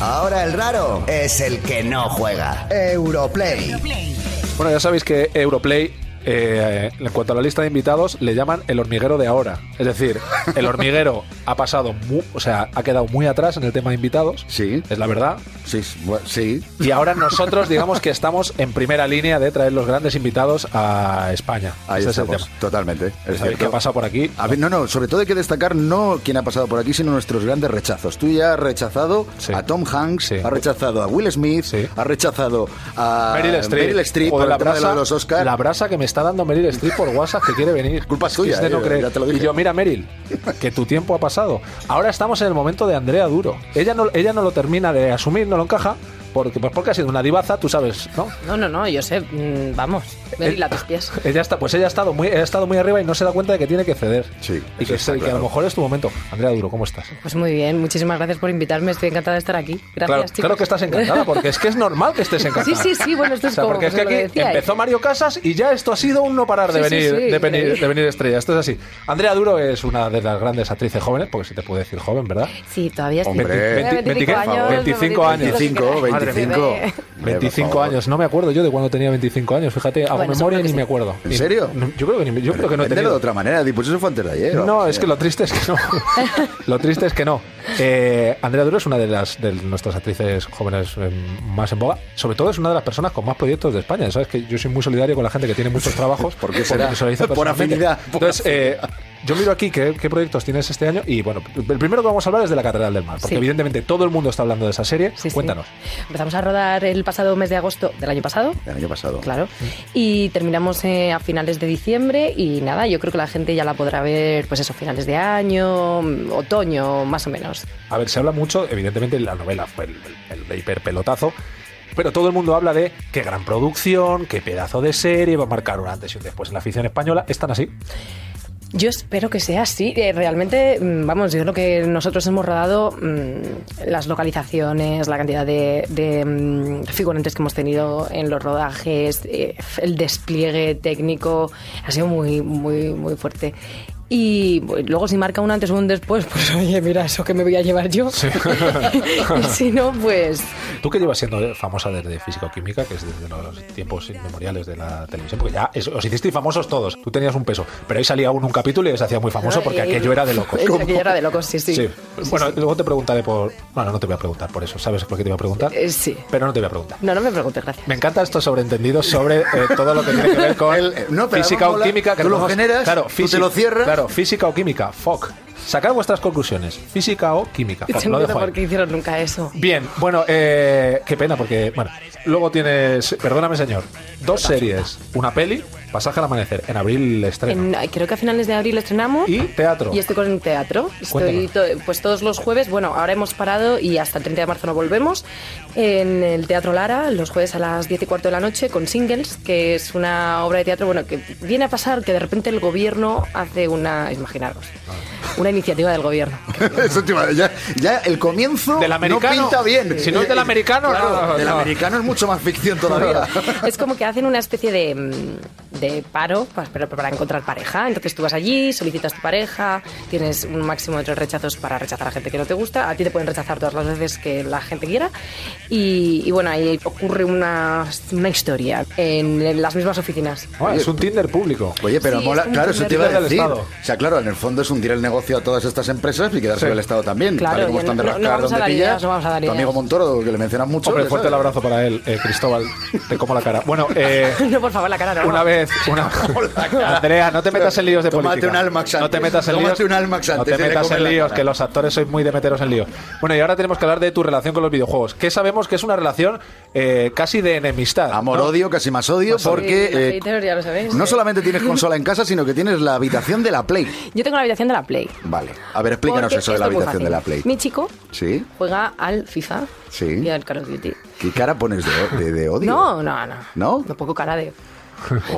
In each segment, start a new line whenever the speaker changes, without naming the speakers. Ahora el raro es el que no juega. Europlay.
Bueno, ya sabéis que Europlay, eh, en cuanto a la lista de invitados, le llaman el hormiguero de ahora. Es decir, el hormiguero ha pasado, mu- o sea, ha quedado muy atrás en el tema de invitados.
Sí.
Es la verdad.
Sí, s- bu- sí.
Y ahora nosotros, digamos que estamos en primera línea de traer los grandes invitados a España.
Ahí
Ese es el
estamos.
tema.
Totalmente. es
¿Sabéis
cierto.
qué ha pasado por aquí?
A ver, no, no, sobre todo hay que destacar no quién ha pasado por aquí, sino nuestros grandes rechazos. Tú ya has rechazado
Sí.
a Tom Hanks,
Sí.
has rechazado a Will Smith,
Sí.
has rechazado a
Meryl Streep.
Eh, Streep
O
por
de
el
la
tema de lo
brasa,
de los Oscars.
La brasa que me está dando Meryl Streep por WhatsApp que quiere venir.
Culpa
Es que
tuya,
este no
eh,
cree.
ya te lo dije.
Y yo, mira, Meryl, que tu tiempo ha pasado. Ahora estamos en el momento de Andrea Duro. Ella no, ella no lo termina de asumir, no lo encaja, porque, pues porque ha sido una divaza, tú sabes, ¿no?
No, no, no, yo sé. mm, vamos, Meryl a tus pies.
Ella está, pues ella ha estado muy, ha estado muy arriba y no se da cuenta de que tiene que ceder.
Sí,
Y
eso
que,
está
y que a
claro.
lo mejor es tu momento. Andrea Duro, ¿cómo estás?
Pues muy bien, muchísimas gracias por invitarme. Estoy encantada de estar aquí. Gracias,
claro,
chicos.
claro que estás encantada, porque es que es normal que estés encantada.
Sí, sí, sí, bueno, esto
O
es
sea,
como
porque es que
lo
aquí
decíais.
empezó Mario Casas y ya esto ha sido un no parar de,
Sí, sí,
venir,
sí.
de, venir, de venir estrella. Esto es así. Andrea Duro es una de las grandes actrices jóvenes, porque se te puede decir joven, ¿verdad?
Sí, todavía estoy.
Hombre,
Tengo
20,
25
por favor.
años.
25 años.
25,
lo que
25.
queráis.
Hombre,
Bebé.
por
25
favor.
años, no me acuerdo yo de cuando tenía 25 años, fíjate, hago
Bueno,
memoria
seguro
y
que
ni
sí.
me acuerdo.
¿En
Ni-
serio?
no, Yo creo que, ni- yo creo que no he
Véndelo de
tenido.
otra manera, di, pues eso fue antes de ayer.
No,
vamos,
es que lo triste es que no. lo triste es que no. Eh, Andrea Duro es una de las de nuestras actrices jóvenes eh, más en boga. Sobre todo es una de las personas con más proyectos de España. Sabes que yo soy muy solidario con la gente que tiene muchos trabajos.
¿Por qué será?
me solidarizo
Por
personalmente.
afinidad, por
Entonces, eh, yo miro aquí qué, qué proyectos tienes este año y bueno, el primero que vamos a hablar es de la Catedral del Mar, porque
Sí.
evidentemente todo el mundo está hablando de esa serie.
Sí, sí.
Cuéntanos.
Empezamos a rodar el pasado mes de agosto del año pasado.
El año pasado.
Claro. Y terminamos eh, a finales de diciembre y nada, yo creo que la gente ya la podrá ver, pues eso, finales de año, mm, otoño, más o menos.
A ver, se habla mucho, evidentemente la novela fue el, el, el hiperpelotazo, pero todo el mundo habla de qué gran producción, qué pedazo de serie, va a marcar un antes y un después en la afición española. Están así.
Yo espero que sea así. Eh, realmente, mm, vamos, yo lo que nosotros hemos rodado, mm, las localizaciones, la cantidad de, de, mm, figurantes que hemos tenido en los rodajes, eh, el despliegue técnico, ha sido muy, muy, muy fuerte. Y bueno, luego si marca un antes o un después, pues oye, mira, eso que me voy a llevar yo. Y si no, pues
Tú que llevas siendo famosa desde físico-química, que es desde los tiempos inmemoriales de la televisión, porque ya es- os hicisteis famosos todos, tú tenías un peso, pero ahí salía uno un capítulo y os hacía muy famoso porque
Eh,
aquello era de locos.
Eso que yo era de locos, sí, sí.
Sí. Bueno, luego te preguntaré por... Bueno, no te voy a preguntar por eso, ¿sabes por qué te voy a preguntar?
Eh, sí.
Pero no te voy a preguntar.
No, no me preguntes, gracias.
Me encanta estos sobreentendidos sobre eh, todo lo que tiene que ver con
El- eh, no, pero
física
ahora
o
mola,
química. Que
tú lo
tenemos-
generas,
claro,
tú te
física-
lo cierras.
Claro, física o química, fuck. Sacad vuestras conclusiones, física o química. fuck,
Se
lo
me
dejo ahí.
por qué hicieron nunca eso.
Bien, bueno, eh, qué pena porque, bueno, luego tienes, perdóname señor, dos series, una peli, Pasaje al Amanecer, en abril estreno,
En- ay, creo que a finales de abril estrenamos.
y teatro.
Y estoy con el teatro. Estoy to- pues todos los jueves, bueno, ahora hemos parado y hasta el 30 de marzo no volvemos. En el Teatro Lara, los jueves a las 10 y cuarto de la noche, con Singles, que es una obra de teatro, bueno, que viene a pasar que de repente el gobierno hace una, imaginaros,
Ah.
una iniciativa del gobierno.
Eso te iba a- ya, ya el comienzo
Del
no
americano.
pinta bien. Eh,
Si no es del americano,
Claro,
no,
del
no.
americano es mucho más ficción todavía.
es como que hacen una especie de, mm, de paro pa- pero para encontrar pareja. Entonces tú vas allí, solicitas tu pareja, tienes un máximo de tres rechazos para rechazar a gente que no te gusta. A ti te pueden rechazar todas las veces que la gente quiera. Y, y bueno, ahí ocurre una, una historia en, en las mismas oficinas.
Ah, es un Tinder público.
Oye, pero
Sí,
mola,
es un
claro, eso te iba
entender
a
del
decir.
Estado.
O sea, claro, en el fondo es hundir el negocio a todas estas empresas y quedarse
Sí.
el Estado también.
Claro,
Tal y como
ya
están de
no- no
rascar
vamos a
donde
dar
pilla.
ideas, no vamos a dar
Tu amigo
ideas.
Montoro, que le mencionas mucho.
Hombre,
ya
fuerte el
sabes.
abrazo para él, eh, Cristóbal, te como la cara. Bueno, eh,
No, por favor, la cara no.
Una vez, una Andrea, no te metas en líos de
Tómate
política.
un Almax
No te
antes.
metas en líos.
Tómate un Almax
No
antes
te
de
metas
comer
en
la
líos,
cara.
que los actores sois muy de meteros en líos. Bueno, y ahora tenemos que hablar de tu relación con los videojuegos. Que sabemos que es una relación eh, casi de enemistad. ¿no?
Amor-odio, casi más odio,
Más odio.
porque
Sí, los
eh,
haters ya lo sabéis.
no
Sí.
solamente tienes consola en casa, sino que tienes la habitación de la Play.
Yo tengo la habitación de la Play.
Vale, a ver, explícanos
Porque
eso de la
esto es muy
habitación de la Play.
fácil. Mi chico
Sí,
juega al FIFA
Sí.
y al Call of Duty.
¿qué cara pones de, de- de odio?
No, no, no.
¿No? Oh.
Un poco cara de,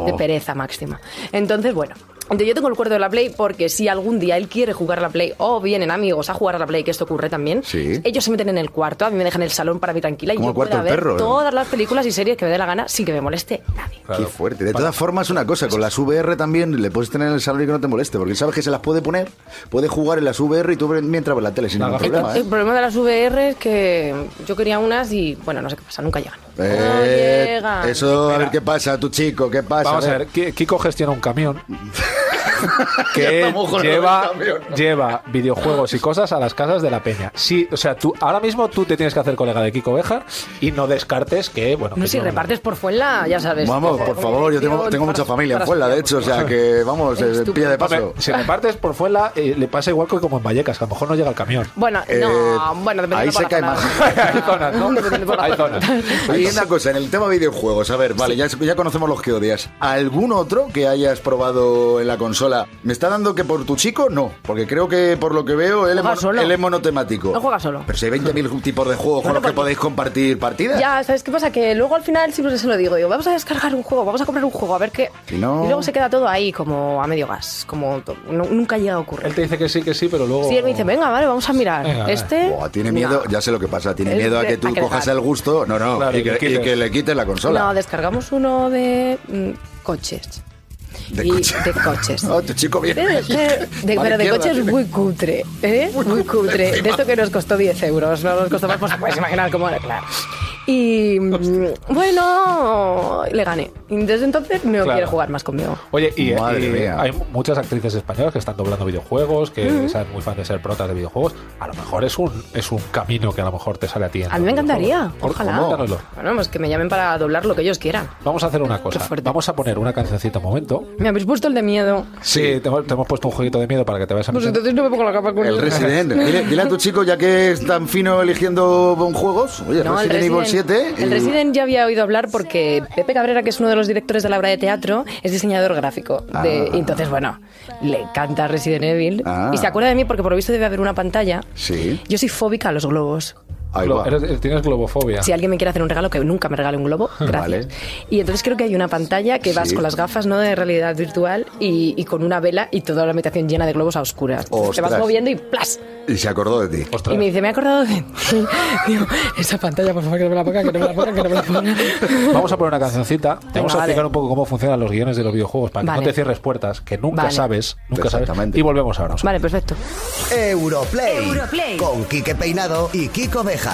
de pereza máxima. Entonces, bueno, Entonces, yo tengo el cuerdo de la Play porque si algún día él quiere jugar a la Play o vienen amigos a jugar a la Play, que esto ocurre también,
Sí.
ellos se meten en el cuarto, a mí me dejan el salón para mí tranquila y
Como
yo
el cuarto
puedo
del
ver
perro, ¿no?
todas las películas y series que me dé la gana sin que me moleste nadie.
Claro.
Qué fuerte. De todas formas, una cosa, con las VR también le puedes tener en el salón y que no te moleste, porque sabes que se las puede poner, puedes jugar en las VR y tú mientras ves la tele sin
No
ningún
hagas
problema.
El,
¿eh?
problema de las VR es que yo quería unas y, bueno, no sé qué pasa, nunca llegan. no
Eh,
llegan.
eso, a ver qué pasa, tu chico, qué pasa. Eh,
Vamos a ver, Ki- Kiko gestiona un camión que
estamos con lo
lleva,
del camión.
lleva videojuegos y cosas a las casas de la peña. Sí, o sea, tú ahora mismo tú te tienes que hacer colega de Kiko Oveja y no descartes que, bueno,
No,
que
si
yo-
repartes por Fuenla, ya sabes.
Vamos, pues, por favor, yo tengo, tengo mucha familia en Fuenla, de hecho, o sea que vamos, eh,
Estúpido.
pilla de
Hombre,
paso.
si repartes por fuera, eh, le pasa igual que como en Vallecas, que a lo mejor no llega el camión.
Bueno,
Eh,
no, bueno, dependiendo
ahí
por
se
la
cae
zona.
más.
Hay zonas, ¿no?
Dependiendo por la
Hay
zona.
zonas.
Oye, una cosa, en el tema videojuegos, a ver, vale, ya, ya conocemos los que odias. ¿Algún otro que hayas probado en la consola? ¿Me está dando que por tu chico? No, porque creo que por lo que veo él, es,
Juega
mono-
solo.
él es monotemático.
No juega solo.
Pero si hay 20.000 tipos de juegos con los que podéis compartir partidas.
Ya, ¿sabes qué pasa? Que luego al final siempre se lo digo, digo, vamos a descargar un juego, vamos a comprar un juego, a ver qué...
Si no-
Y luego se queda todo ahí, como a medio gas, como to- no- nunca llega a
Él
ocurrir.
te dice que sí, que sí, pero luego.
Sí, él me dice, venga, vale, vamos a mirar.
Venga,
este...
Buah, tiene miedo,
No.
¿eh? ya sé lo que pasa, tiene
Él
miedo a
de-
que tú
a que le
cojas
da.
el gusto, no, no,
Claro,
y,
y
que,
le
y
quites.
que le quites la consola.
No, descargamos uno de mm, coches.
De
Y-
coches.
De coches.
Ah, tu chico
De-
viene.
de- Eh, de- pero de
izquierda
coches
tiene.
muy cutre, ¿eh? Muy cutre. De esto que nos costó 10 euros, no nos costó más, pues puedes imaginar cómo era, claro. Y mm, bueno, le gané. Y desde entonces no
Claro.
quiere jugar más conmigo.
Oye, y, eh,
Madre
y
mía.
hay muchas actrices españolas que están doblando videojuegos, que saben muy fan de ser protas de videojuegos. A lo mejor es un, es un camino que a lo mejor te sale a ti. en
A mí me
los
encantaría,
videojuegos. Por-
ojalá.
coméntanoslo.
Bueno, pues que me llamen para doblar lo que ellos quieran.
Vamos a hacer una
Qué
cosa.
fuerte.
Vamos a poner una cancioncita un momento.
Me habéis puesto el de miedo.
Sí, te, hemos- te hemos puesto un jueguito de miedo para que te vayas a
Pues
meter.
entonces no me pongo la capa con
El Resident. Dile, dile a tu chico, ya que es tan fino eligiendo bon juegos, oye,
No, el
Resident Evil 7.
el
y-
Resident ya había oído hablar porque Pepe Cabrera, que es uno de los directores de la obra de teatro, es diseñador gráfico. de-
Ah.
y entonces, bueno, le encanta Resident Evil.
Ah.
Y se acuerda de mí porque por lo visto debe haber una pantalla.
Sí.
Yo soy fóbica a los globos.
Ahí
Glo-
va.
eres- tienes globofobia.
Si alguien me quiere hacer un regalo, que nunca me regale un globo, gracias.
Ah. Vale.
Y entonces creo que hay una pantalla que vas
Sí.
con las gafas ¿no? de realidad virtual y, y con una vela y toda la habitación llena de globos a oscuras. Te
Ostras.
vas moviendo y ¡plas!
Y se acordó de ti.
Ostras.
Y me dice, me he acordado de ti. Digo, esa pantalla, por favor, que no me la pongan, que no me la pongan, que no me la pongan.
Vamos a poner una cancioncita. Te vamos a
vale.
explicar un poco cómo funcionan los guiones de los videojuegos para que
Vale.
no te cierres puertas, que nunca
Vale.
sabes, nunca sabes.
Exactamente.
Y volvemos ahora.
Vale, perfecto.
Europlay,
Europlay.
con Quique Peinado y Kiko Bejar.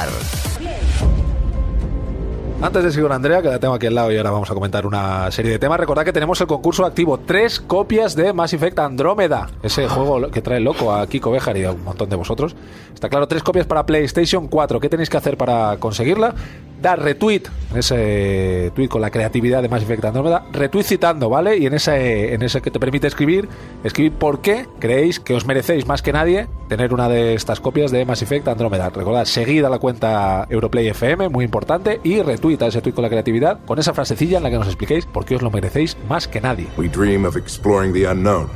Antes de seguir con Andrea, que la tengo aquí al lado y ahora vamos a comentar una serie de temas, recordad que tenemos el concurso activo. Tres copias de Mass Effect Andrómeda. Ese juego lo- que trae loco a Kiko Bejar y a un montón de vosotros. Está claro, tres copias para PlayStation 4. ¿Qué tenéis que hacer para conseguirla? Dar retweet en ese tweet con la creatividad de Mass Effect Andrómeda. Retweet citando, ¿vale? Y en ese, en ese que te permite escribir, escribir por qué creéis que os merecéis más que nadie tener una de estas copias de Mass Effect Andrómeda. Recordad, seguid a la cuenta Europlay FM, muy importante, y retuita ese tweet con la creatividad, con esa frasecilla en la que nos expliquéis por qué os lo merecéis más que nadie.
We dream of exploring the unknown,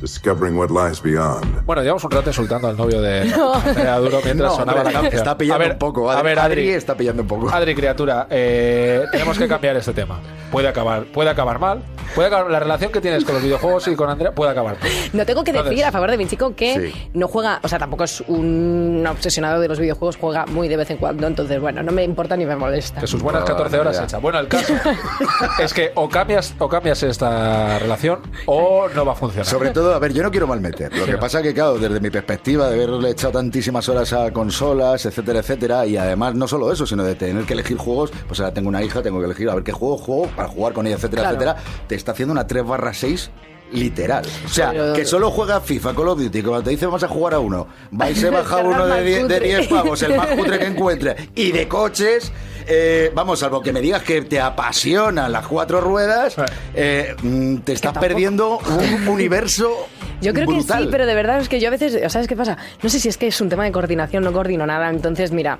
discovering what lies beyond.
Bueno, llevamos un rato insultando al novio de Andrea Duro mientras
No,
sonaba la
hombre,
canción.
Está pillando
A ver,
un poco.
a ver, Adri.
está pillando un poco.
Adri, criatura, eh, tenemos que cambiar este tema. Puede acabar, puede acabar mal. Puede acabar, la relación que tienes con los videojuegos y con Andrea puede acabar mal.
No tengo que
Entonces-
decir a favor de mi chico que
Sí.
no juega, o sea, tampoco es un obsesionado de los videojuegos, juega muy de vez en cuando, entonces, bueno, no me importa ni me molesta.
Que sus buenas 14
Madre
horas
mía.
hecha. Bueno, el caso es que o cambias, o cambias esta relación o no va a funcionar.
Sobre todo, a ver, yo no quiero malmeter. Lo que pasa que, claro, desde mi perspectiva de haberle echado tantísimas horas a consolas, etcétera, etcétera, y además no solo eso, sino de tener que elegir juegos, pues ahora tengo una hija, tengo que elegir a ver qué juego juego para jugar con ella, etcétera,
Claro.
etcétera, te está haciendo una 3 barra 6 literal. O sea,
Pero-
que solo juega FIFA, Call of Duty, cuando te dice vamos a jugar a uno, vais a bajar
Descargar
uno de
más
10 de
cutre.
10 pavos, Pues el más cutre que encuentre, y de coches... eh, vamos, salvo que me digas que te apasionan las cuatro ruedas, eh, mm, te estás
tampoco.
perdiendo un universo
Yo creo que
brutal.
sí, pero de verdad es que yo a veces, ¿sabes qué pasa? No sé si es que es un tema de coordinación, no coordino nada, entonces, mira,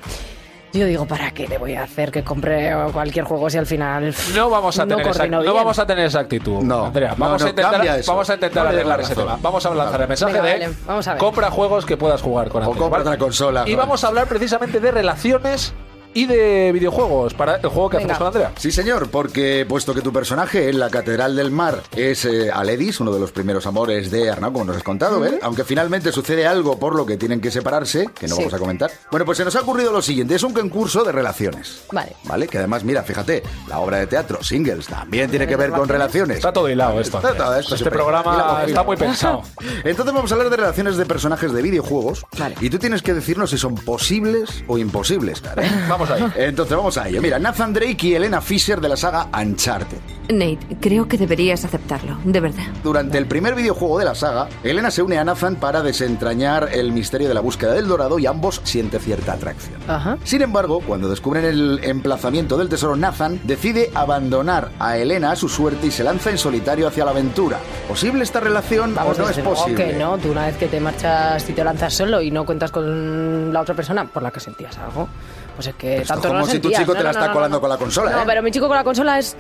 yo digo, ¿para qué le voy a hacer que compre cualquier juego si al final pff,
No vamos a tener, esa,
coordino
no
bien?
vamos a tener esa actitud,
No.
Andrea.
No,
Vamos,
no,
a intentar,
cambia eso.
vamos a intentar
Vale,
arreglar
la
ese
razón.
tema. Vamos a lanzar el mensaje
Venga,
de
vale, vamos a ver.
compra juegos que puedas jugar con
O
Andrea.
compra otra consola.
Y vamos a hablar precisamente de relaciones y de videojuegos para el juego que
Venga.
hacemos con Andrea.
Sí, señor, porque puesto que tu personaje en la Catedral del Mar es eh, Aledis, uno de los primeros amores de Arnau, como nos has contado, ¿eh? aunque finalmente sucede algo por lo que tienen que separarse, que no
Sí.
vamos a comentar. Bueno, pues se nos ha ocurrido lo siguiente, es un concurso de relaciones.
Vale.
Vale, que además, mira, fíjate, la obra de teatro, Singles, también tiene que ver con relaciones.
Está todo hilado esto.
Está todo
Andrea.
esto,
este
siempre. Y la
programa
cogida.
está muy pensado.
Entonces vamos a hablar de relaciones de personajes de videojuegos
Vale.
y tú tienes que decirnos si son posibles o imposibles. ¿vale?
Vamos ahí.
Entonces vamos a ello. Mira, Nathan Drake y Elena Fisher de la saga Uncharted.
Nate, creo que deberías aceptarlo, de verdad.
Durante el primer videojuego de la saga, Elena se une a Nathan para desentrañar el misterio de la búsqueda del dorado y ambos sienten cierta atracción.
Ajá.
Sin embargo, cuando descubren el emplazamiento del tesoro, Nathan decide abandonar a Elena a su suerte y se lanza en solitario hacia la aventura. ¿Posible esta relación
Vamos,
o Pues no es
desde luego
posible?
que no. Tú una vez que te marchas y te lanzas solo y no cuentas con la otra persona por la que sentías algo, pues es que
esto
tanto
es como
no lo
si tu
sentías.
chico
No,
te la
no,
está
no,
colando
no.
con la consola,
No,
¿eh?
pero mi chico con la consola es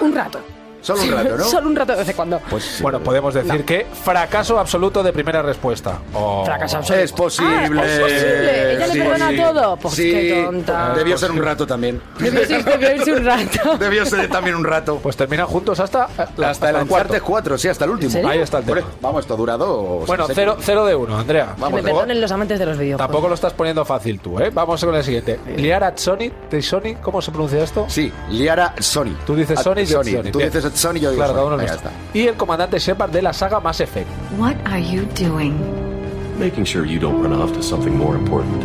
un rato.
Solo un rato, ¿no?
Solo un rato de vez en cuando.
Pues,
Bueno, podemos decir que fracaso absoluto de primera respuesta. O-
Fracaso absoluto.
oh. Es posible.
Ah, es posible. Ella le perdona todo. Pues
sí.
qué tonta.
Debió ser un rato también.
Debió ser- debió irse un rato.
Debió ser también un rato.
Pues terminan juntos hasta,
Hasta el
cuarto.
Uncharted 4, sí, hasta el último.
serio? Ahí está el tema.
Hombre, Vamos, esto ha durado.
Bueno,
seis
0 de 1, Andrea.
Que me
Vamos,
perdonen los amantes de los videojuegos.
Tampoco lo estás poniendo fácil tú, ¿eh? Vamos con el siguiente. Liara Sony, Sony, ¿cómo se pronuncia esto?
Sí, Liara Sony.
Tú dices
Ah,
Sony, yo Sony.
Tú
Bien.
dices Sony, yo digo
Claro, cada
Sony.
uno lo
Venga,
está.
ya está.
Y el comandante Shepard de la saga Mass Effect.
What are you doing?
Making sure you don't run off to something more important.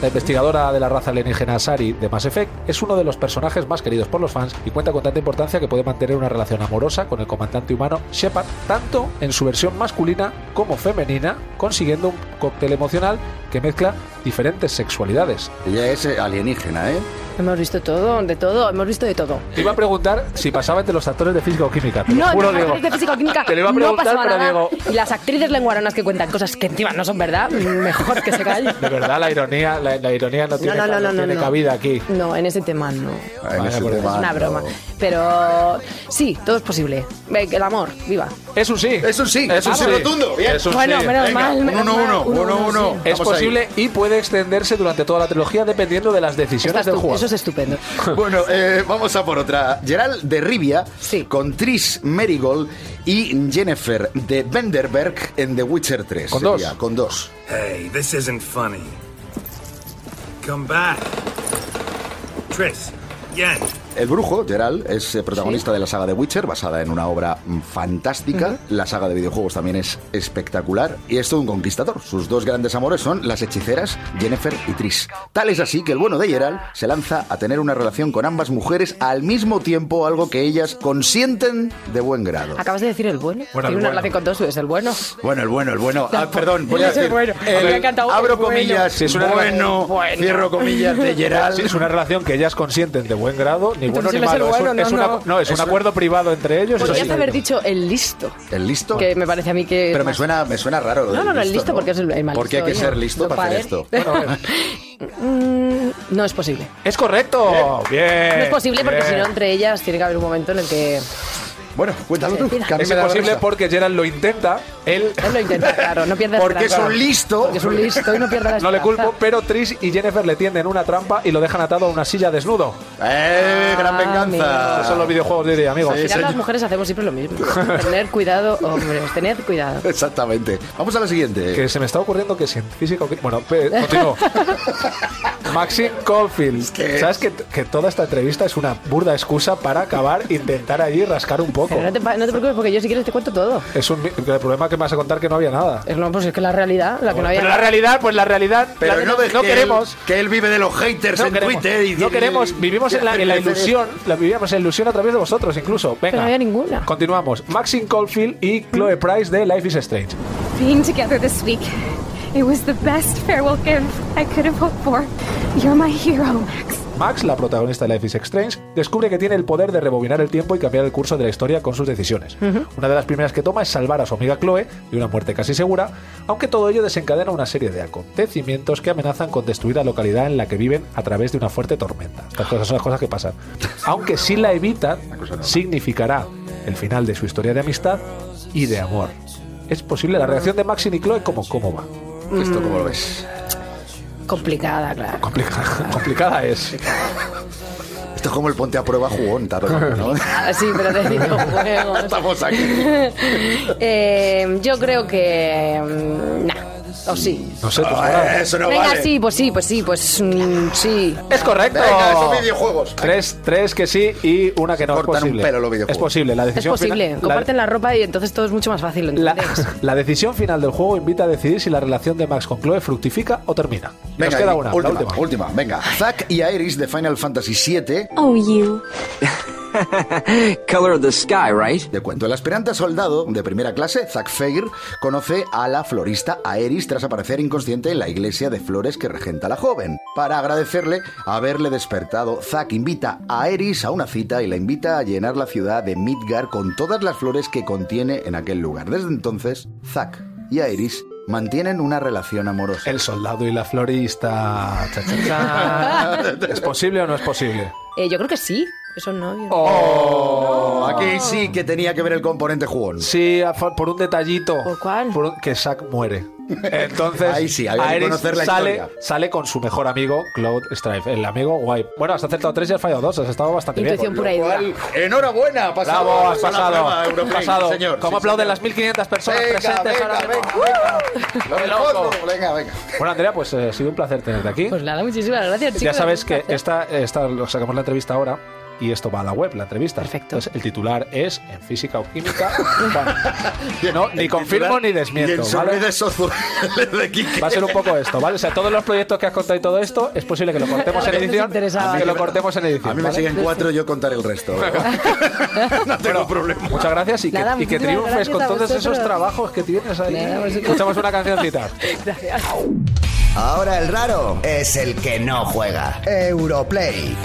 La investigadora de la raza alienígena Sari de Mass Effect es uno de los personajes más queridos por los fans y cuenta con tanta importancia que puede mantener una relación amorosa con el comandante humano Shepard, tanto en su versión masculina como femenina, consiguiendo un cóctel emocional que mezcla diferentes sexualidades.
Ella es eh, alienígena, ¿eh?
Hemos visto todo, de todo, hemos visto de todo.
Te iba a preguntar si pasaba entre los actores de física o química. Te lo
No,
juro,
no,
Diego.
actriz de física o química
Te lo iba a
no
preguntar,
pasaba
pero
nada.
digo-
Y las actrices lenguaranas que cuentan cosas que encima no son verdad, mejor que se callen.
De verdad, la ironía, la, la ironía no tiene, ca- no tiene cabida aquí.
No, en ese tema no.
En
Vaya,
ese
por Dios.
tema,
es una
no.
broma. Pero sí, todo es posible. Venga, El amor, viva.
Es un sí.
Es un sí, es un sí rotundo. Bien.
Es un
Bueno,
sí.
menos
Venga,
mal.
un
menos
uno,
mal,
uno, uno, uno.
sí.
Es
Vamos ahí.
posible y puede extenderse durante toda la trilogía dependiendo de las
Está
decisiones del
estu-
jugador.
Eso es estupendo.
Bueno, eh, vamos a por otra. Gerald de Rivia
Sí.
con Tris Merigold y Jennifer de Benderberg en The Witcher 3.
Con dos.
Con dos.
Hey, this isn't funny. Come back. Tris, Yen,
El brujo, Gerald, es eh, protagonista de la saga de Witcher, basada en una obra mm, fantástica. La saga de videojuegos también es espectacular. Y es todo un conquistador. Sus dos grandes amores son las hechiceras Jennifer y Triss. Tal es así que el bueno de Gerald se lanza a tener una relación con ambas mujeres al mismo tiempo, algo que ellas consienten de buen grado.
Acabas de decir el bueno.
Bueno, el
Tiene una
bueno.
relación con dos, es el bueno.
Bueno, el bueno, el bueno. Ah, perdón, voy a
Ese
decir.
bueno.
el-
Me ha encantado,
abro
el bueno.
comillas,
Sí, es una-
bueno, cierro comillas de Gerald.
Sí, es una relación que ellas consienten de buen grado, ni bueno
Entonces,
ni
él es el
malo. es un,
bueno,
es
no,
una-
no.
no, es un
Es un-
acuerdo privado entre ellos. eso
Podrías
sí.
haber dicho el listo.
¿El listo?
Que me parece a mí que. es
Pero me
más-
suena, me suena raro. lo
No,
del
no, no, el listo porque es el, el mal
Porque hay que
listo,
ser
oye,
listo
no
para hacer
él.
esto.
Mm, no es posible.
Es correcto. Bien.
No es posible porque
Eh, bien.
si no, entre ellas tiene que haber un momento en el que.
Bueno, cuéntalo tú. que a mí
Es
me da
imposible
vergüenza.
porque Gerald lo intenta, él
Él lo intenta, claro, no pierdas
Porque es un listo.
Porque es un listo y no pierdas la
no le
esperanza.
culpo, pero Tris y Jennifer le tienden una trampa y lo dejan atado a una silla desnudo.
¡Eh! ¡Gran
Ah,
venganza!
mira.
Esos son los videojuegos de hoy día, amigos.
Sí,
Al final
señor.
las mujeres hacemos siempre lo mismo. tener cuidado, hombres, tener cuidado.
Exactamente. Vamos a la siguiente.
Que se me está ocurriendo que si en física o qué- Bueno, pe- continúo. Maxine Caulfield.
que-
¿Sabes que, que toda esta entrevista es una burda excusa para acabar, intentar allí rascar un poco?
Pero no te, pa- no te preocupes porque yo si quieres te cuento todo.
Es un, mi- el problema que me vas a contar que no había nada.
Es, no, pues es que la realidad, la que no había...
Pero la realidad, pues la realidad. la-
ves que
queremos.
él- que él vive de los haters
No
en
queremos,
Twitter. Y,
no queremos, vivimos en la, en la ilusión, la vivíamos en la ilusión a través de vosotros incluso. Venga,
no había ninguna.
Continuamos. Maxine Caulfield y Chloe Price de Life is Strange.
Being together this week, it was the best farewell gift I could have hoped for. You're my hero, Max.
Max, la protagonista de Life is Strange, descubre que tiene el poder de rebobinar el tiempo y cambiar el curso de la historia con sus decisiones. Una de las primeras que toma es salvar a su amiga Chloe de una muerte casi segura, aunque todo ello desencadena una serie de acontecimientos que amenazan con destruir la localidad en la que viven a través de una fuerte tormenta. Estas cosas son las cosas que pasan. Aunque si la evitan, significará el final de su historia de amistad y de amor. Es posible la reacción de Maxine y Chloe como cómo va.
¿Esto cómo lo ves?
Complicada, claro.
Complicada, complicada es.
Esto es como el ponte a prueba jugón, tarde, ¿no?
Ah, Sí, pero de videojuegos.
Estamos aquí.
Eh, yo creo que. mm, Nah. O sí.
No sé, tú sabrás.
Ah, Eso no
Venga,
vale.
sí, pues sí, pues sí, pues mm, sí.
Es correcto.
Venga, esos videojuegos.
Tres, tres que sí y una que no
Cortan
es posible.
un pelo los videojuegos.
Es posible. La
Es
decisión
posible.
final-
Comparten la ropa y entonces todo es mucho más fácil.
la,
¿entiendes?
la- la decisión final del juego invita a decidir si la relación de Max con Chloe fructifica o termina. Nos queda
y
una,
última,
la última.
última, venga. Zack y Iris de Final Fantasy VII,
Oh, you.
Color of the sky, right?
de cuento. El aspirante a soldado de primera clase, Zack Feir, conoce a la florista Aeris tras aparecer inconsciente en la iglesia de flores que regenta la joven. Para agradecerle haberle despertado, Zack invita a Aeris a una cita y la invita a llenar la ciudad de Midgar con todas las flores que contiene en aquel lugar. Desde entonces, Zack y Aeris mantienen una relación amorosa.
El soldado y la florista. Cha, cha, cha. ¿Es posible o no es posible?
Eh, yo creo que sí. Que son novios.
Oh, aquí sí que tenía que ver el componente jugón.
Sí, a fa- por un detallito.
¿Por cuál?
Por un- que Zack muere. Entonces,
Ahí sí, había que
Aerys
conocer la
sale,
historia.
sale con su mejor amigo, Cloud Strife. El amigo guay. Bueno, has acertado tres y has fallado dos. Has estado bastante
Intuición
bien.
pura y dura.
Cual- Enhorabuena, pasado.
Bravo, has
la
pasado.
prueba,
has
Europlay,
pasado.
sí, señor.
¿Cómo
Sí,
aplauden
señor.
las 1500 personas
Venga,
presentes? ahora
venga,
mismo?
venga, venga. Lo
loco.
reconozco. Venga, venga.
Bueno, Andrea, pues eh, ha sido un placer tenerte aquí.
Pues nada, muchísimas gracias, chicos.
ya sabes que
Gracias.
esta, esta lo sacamos la entrevista ahora y esto va a la web, la entrevista.
Perfecto.
Entonces, el titular es en física o química. Bueno, no, ni confirmo ni
Y en
desmiento.
sus
¿vale?
redes sociales de Quique.
Va a ser un poco esto, ¿vale? O sea, todos los proyectos que has contado y todo esto, es posible que lo cortemos en
Nos
edición.
interesaba.
Que lo cortemos en edición.
A mí me
¿vale?
siguen cuatro, yo contaré el resto. no tengo problema.
Muchas gracias y que,
Nada,
y que
muchísimas
triunfes
gracias
con
a
todos
vosotros.
esos trabajos que tienes ahí.
Nada, por supuesto.
Escuchamos una cancioncita.
Ahora el raro es el que no juega. Europlay.